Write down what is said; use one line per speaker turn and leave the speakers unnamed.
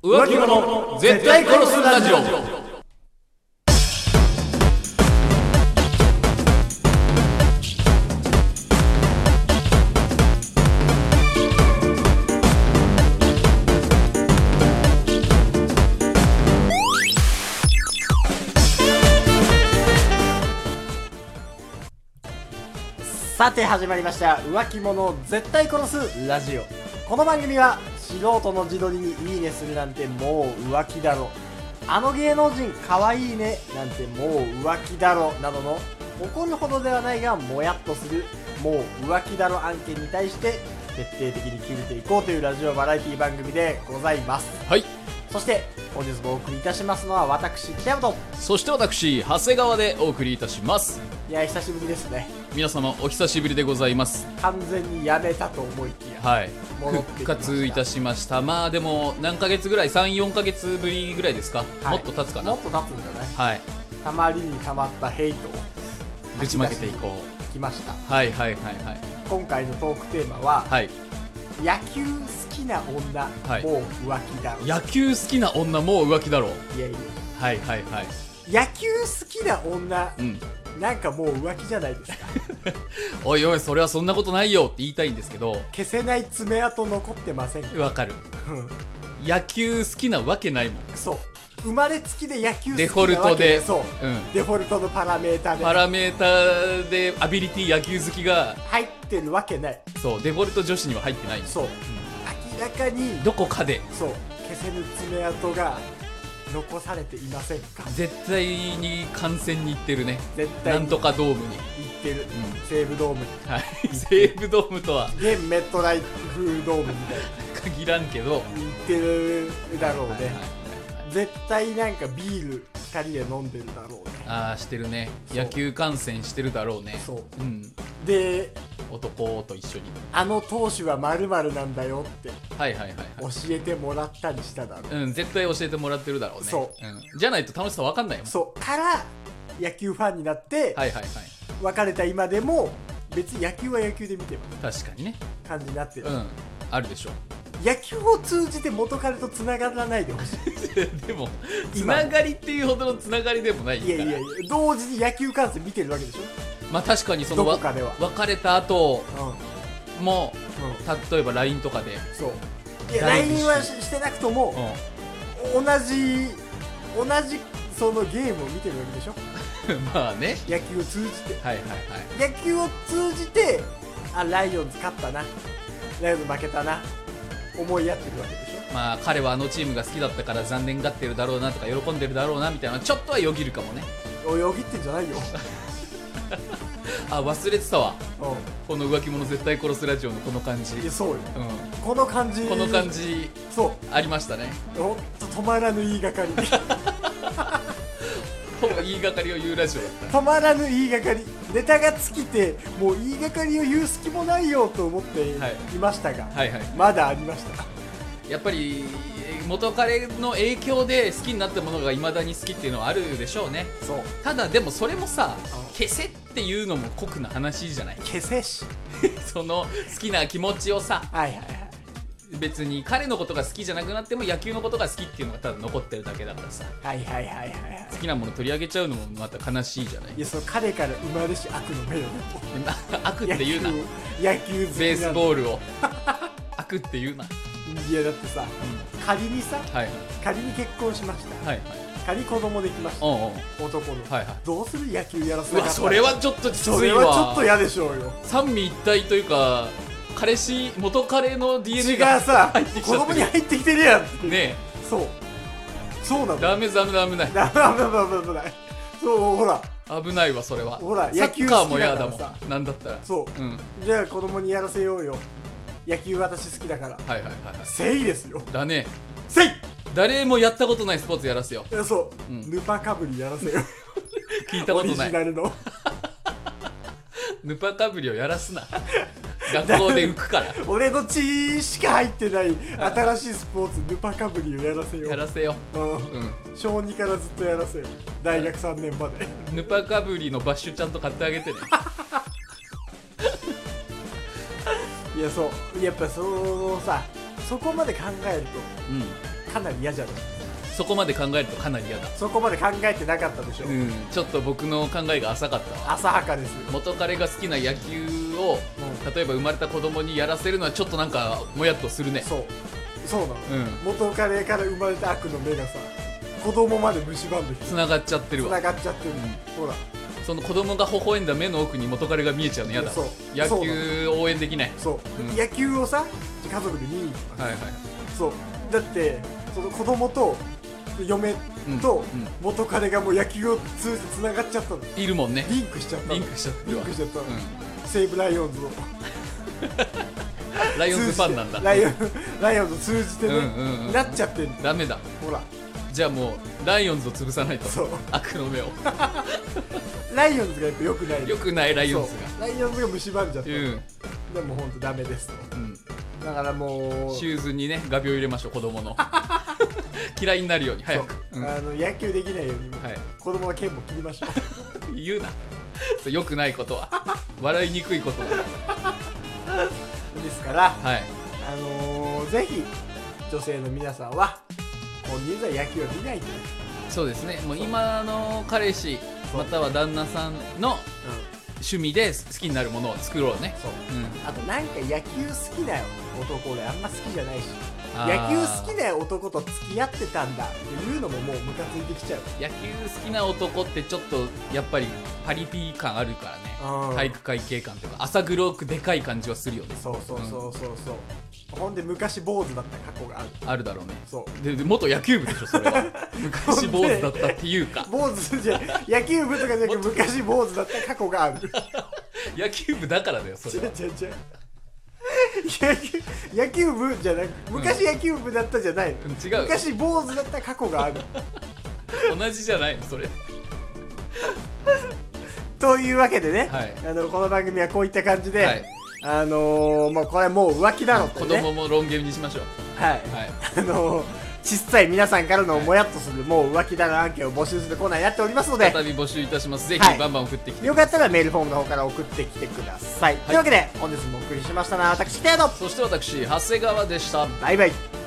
浮気者絶対殺すラジオ
さて始まりました浮気者を絶対殺すラジオこの番組は素人の自撮りにいいねするなんてもう浮気だろあの芸能人かわいいねなんてもう浮気だろなどの怒るほどではないがもやっとするもう浮気だろ案件に対して徹底的に決めていこうというラジオバラエティ番組でございます
はい
そして本日もお送りいたしますのは私北山と
そして私長谷川でお送りいたします
いや久しぶりですね
皆様お久しぶりでございます
完全にやめたと思いきや
はい
戻ってきまし
復
た
活いたしましたまあでも何ヶ月ぐらい34ヶ月ぶりぐらいですか、
は
も
い
っと経つか
も
な
っと経つんじゃない
はい
たまりにたまったヘイトを
ぶちまけていこ
きました
うはいはいはいはい
今回のトークテーマは、
はい
野球好きな女、
はい
もう浮気だろ
野球好きな女もう浮気だろう
いやい
はいはい はい
や野球好きな女
う、ん
なんかもう浮気じゃないですか
おいおいそれはそんなことないよって言いたいんですけど
消せない爪痕残ってませんか
わかる
うん
野球好きなわけないもん
そう生まれつきで野球好きなわけ
デフォルトで
そう、
うん
デフォルトのパラメータで
パラメーターでアビリティ野球好きが
入ってるわけない
そうデフォルト女子には入ってない
そう、明らかに
どこかで
そう消せぬ爪痕が残されていませんか
絶対に観戦に行ってるね
絶
な
対
ん
に
とかドームに、
行ってる、
ん
西武ドーム
はい、西武ドームとは
現メットライフドームみたい
限らんけど、
に行ってるだろうね、
はいはい
絶対なんかビール2人で飲んでるだろうね
ああしてるね
そう
野球観戦してるだろうね
そ
うん
うで
男と一緒に
あの投手はまるなんだよって
はいはいはいはい
教えてもらったりしただろう、
うん、絶対教えてもらってるだろうね
そ
ん、じゃないと楽しさ分かんないもん
そうから野球ファンになって、
はいはいはい
別れた今でも別に野球は野球で見てます
確かにね
感じになってる、
うんあるでしょ
野球を通じて元彼と繋がらないでほし
でもつ
今
ながりっていうほどのつながりでもない
い
か
い
ら
やいやいや同時に野球観戦見てるわけでし
まあ確かにそのわ
どこかでは
別れた後
ょうんうん
も例えば LINE とかで、
そういや
ダルビッシュ
LINE はししてなくとも、同じ同じそのゲームを見てるわけでしょ
うん まあね
野球を通じて
はいはいはい
野球を通じてあライオンズ勝ったなライオンズ負けたな思いやってるわけでしょ
まあ彼はあのチームが好きだったから残念がってるだろうなとか喜んでるだろうなみたいなちょっとはよぎるかもね
おいよぎってんじ ゃないよ、
あ忘れてたわ
う、
この浮気者絶対殺すラジオのこの感じ、うん
いやそうよこの感じ
ん、この感じ
そう
ありましたね
ほんと止まらぬ言いがかり
ほぼ言いがかりを言うラジオだっ
止まらぬ言いがかりネタが尽きてもう言いがかりを言う隙もないよと思って
はい
いましたが、
たはいはい
まだありました
やっぱり元彼の影響で好きになったものがいまだに好きっていうのはあるでしょうね
そう
ただでもそれもさ
うん
消せっていうのも酷な話じゃない
消せし
その好きな気持ちをさ
はいはいはい
別に彼のことが好きじゃなくなっても野球のことが好きっていうのがただ残ってるだけだからさ
はいはいはいはいはい
好きなもの取り上げちゃうのもまた悲しいじゃない
いやその彼から生まれし悪の目を
な悪って
野
言う
球
な
野球好き
ベース
な
ボールを悪って言うな、
いやだってさ仮にさ
はい
仮に結婚しまし
はいはい
た仮に子供できまし
おうおう
た男の、
はいはい
どうする野球やらせ
う
な
わ
かった
それはちょっときつ
そ
い
れ
わ
はちょっと嫌でしょうよ
三位一体というか彼氏元彼の DNA
血
が
がさ
入ってきち
子
ゃって
供に
る
入ってきてるやんっていう
ね
そうそうなの
え
だ
ダメダメダメない
だだだだだだそうほら
危ないわそれは
ほら
サ
野
ッ
球
カー
好
も
きだ
嫌
から
だも
さ
んなんだったら
そう
う、ん、
じゃあ子供にやらせようよ野球私好きだから
はいはいはいはい
せいですよ
だね
せい
誰もやったことないスポーツやらせよ
いやそう、
うん
ヌパかぶりや らせよ
聞いたこ
オ
と
リ
な
ジ
い
ナ ルの
ぬぱかぶりをやらすな学校で浮く から
俺の血しか入ってない新しいスポーツヌパかぶりをやらせよ
やらせよ
うん
う
小2からずっとやらせよ大学3年まで
んぬぱかぶりのバッシュちゃんと買ってあげてね
いやそうやっぱそのさそこまで考える
うん
かなり嫌じゃない
そこまで考えるとかなり嫌だ
そこまで考えてなかったでしょ、
うんちょっと僕の考えが浅かったわ
浅はかです
元彼が好きな野球を
う
例えば生まれた子供にやらせるのはちょっとなんかもやっとするね
そうそうなの、
うん
元カレから生まれた悪の目がさ子供まで蝕んできて
繋がっちゃってるわ
繋がっちゃってる、ほら
その子供が微笑んだ目の奥に元彼が見えちゃうの嫌だ
そう
野
そうな
球応援できない
そう、
うん
野球をさ家族で見に行く
はいはい
そうだってその子供と嫁と
うんうん
元彼がもう野球を通じて繋がっちゃったの
いるもんね
リンクしちゃったの
リンクしちゃってる
リ
わ
ンクしちゃったの、
う
西武ライオンズを
んライオンズファンなんだ
ライオンライオンズ通じてね、
うんうんうん
なっちゃってんの
ダメだ
ほら
じゃあもうライオンズを潰さないと
そう
悪の目を
ライオンズがやっぱ良くないの
よくないライオンズ
そうライオンズが蝕んじゃ
がうん
ったの、でも本当ダメですと
うん
だからもう
シューズにね画鋲入れましょう子 供の嫌いになるように早く、うんは
あの野球できないようにも、子供は剣も切りましょう
い、言うなそうよくないことは笑いにくいことは
ですから
はい
あのー、ぜひ女性の皆さんは本人は野球を見ないという、
そうですねもう今の彼氏
そう
または旦那さんの趣味で好きになるものを作ろうね
そう
うん
あとなんか野球好きな男俺あんま好きじゃないし
あ
野
ー
球好きな男と付き合ってたんだっていうのももうムカついてきちゃう
野球好きな男ってちょっとやっぱりパリピー感あるからね
うん
体育会系感とか朝黒くでかい感じはするよね
そうそうそうそうそう、ほんで昔坊主だった過去がある
あるだろうね
そう
でで元野球部でしょそれは 昔坊主だったっていうか
坊主じゃ野球部とかじゃなくて昔坊主だった過去がある
野球部だからだよそ
違う
れは
違う違う 野球野球部じゃなく昔野球部だったじゃないの、
うん違う
昔坊主だった過去がある
同じじゃないのそれ
というわけでね、
はい
あのこの番組はこういった感じで、
はい
あのー、まあこれはもう浮気だろ
子
とね、
供もロン毛にしましょう
はい、
はい
あのー、小さい皆さんからのもやっとする、もう浮気だの案件を募集するコーナーになっておりますので
再び募集いたしますぜ
はい
ひバンバン送ってきて
よかったらメールフォームの方から送ってきてください、というわけで本日もお送りしましたのは私北野と
そして私長谷川でした
バイバイ